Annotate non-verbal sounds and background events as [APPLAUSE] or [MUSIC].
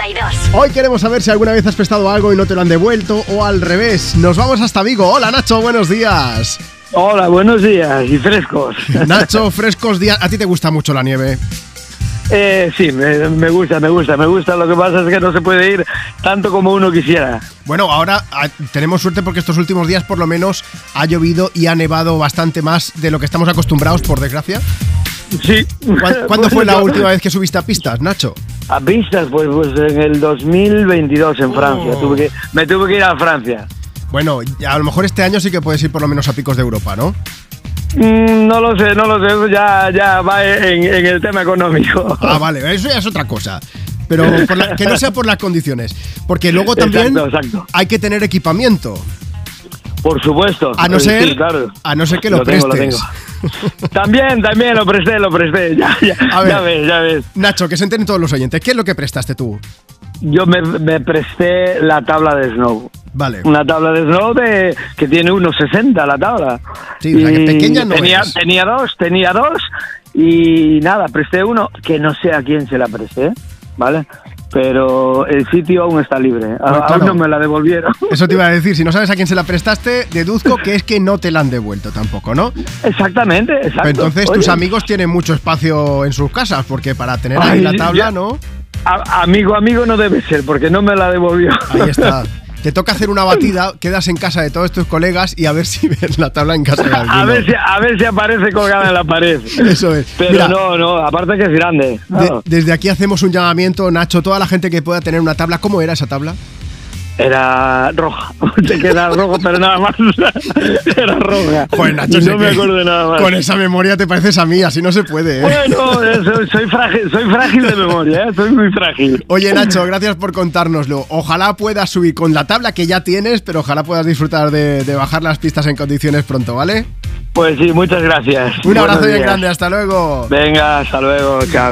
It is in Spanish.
52. Hoy queremos saber si alguna vez has prestado algo y no te lo han devuelto o al revés. Nos vamos hasta Vigo. Hola Nacho, buenos [LAUGHS] días. Hola, buenos días y [LAUGHS] frescos. Nacho, frescos días. ¿A ti te gusta mucho la nieve? Eh, sí, me, me gusta, me gusta, me gusta. Lo que pasa es que no se puede ir tanto como uno quisiera. Bueno, ahora ah, tenemos suerte porque estos últimos días por lo menos ha llovido y ha nevado bastante más de lo que estamos acostumbrados, por desgracia. Sí. [LAUGHS] ¿Cuán- ¿Cuándo fue la última vez que subiste a pistas, Nacho? A vistas, pues, pues en el 2022 en Francia. Oh. Tuve que, me tuve que ir a Francia. Bueno, a lo mejor este año sí que puedes ir por lo menos a picos de Europa, ¿no? Mm, no lo sé, no lo sé. Eso ya, ya va en, en el tema económico. Ah, vale, eso ya es otra cosa. Pero por la- que no sea por las condiciones. Porque luego también [LAUGHS] Exacto, exacto. hay que tener equipamiento. [LAUGHS] Por supuesto. A no Sí, ser, claro. a no ser que lo, tengo, prestes. tengo. [LAUGHS] También, también lo presté, lo presté. [LAUGHS] Ya, ya, A ver. ya ves, ya ves. Nacho, que se enteren todos los oyentes. ¿Qué es lo que prestaste tú? Yo me, me presté la tabla de snow. Vale. Una tabla de snow de, que tiene 1,60 la tabla. Sí, o sea, que Y pequeña no tenía, es. tenía dos, tenía dos. Y nada, presté uno que no sé a quién se la presté, ¿vale? Pero el sitio aún está libre. A- Bueno, claro. Aún no me [LAUGHS] la devolvieron. Eso te iba a decir. Si no sabes a quién se la prestaste, deduzco que es que no te la han devuelto tampoco, ¿no? Exactamente, exacto. Pero entonces tus Oye, amigos tienen mucho espacio en sus casas, porque para tener ahí Ay, la tabla, ya. ¿no? a- amigo, amigo no debe ser, porque no me la devolvió. Ahí [LAUGHS] está. Te toca hacer una batida, quedas en casa de todos tus colegas y a ver si ves la tabla en casa de alguno. [LAUGHS] A ver, si, a ver si aparece colgada en la pared. [LAUGHS] Eso es. Pero Mira, no, no, aparte que es grande. de- claro. desde aquí hacemos un llamamiento, Nacho, toda la gente que pueda tener una tabla. ¿Cómo era esa [LAUGHS] tabla? Era roja. [LAUGHS] Te queda rojo, pero nada más. [LAUGHS] Era roja. Pues Nacho, sé no me que acuerdo de nada más. Con este- esa memoria te pareces a mí, así no se puede. ¿eh? Bueno, eh, soy, soy frágil, soy frágil de memoria, ¿eh? soy muy frágil. Oye Nacho, gracias por contárnoslo. Ojalá puedas subir con la tabla que ya tienes, pero ojalá puedas disfrutar de, de bajar las pistas en condiciones pronto, ¿vale? Pues sí, muchas gracias. Un Buenos abrazo bien días. grande, hasta luego. Venga, hasta luego. Chao,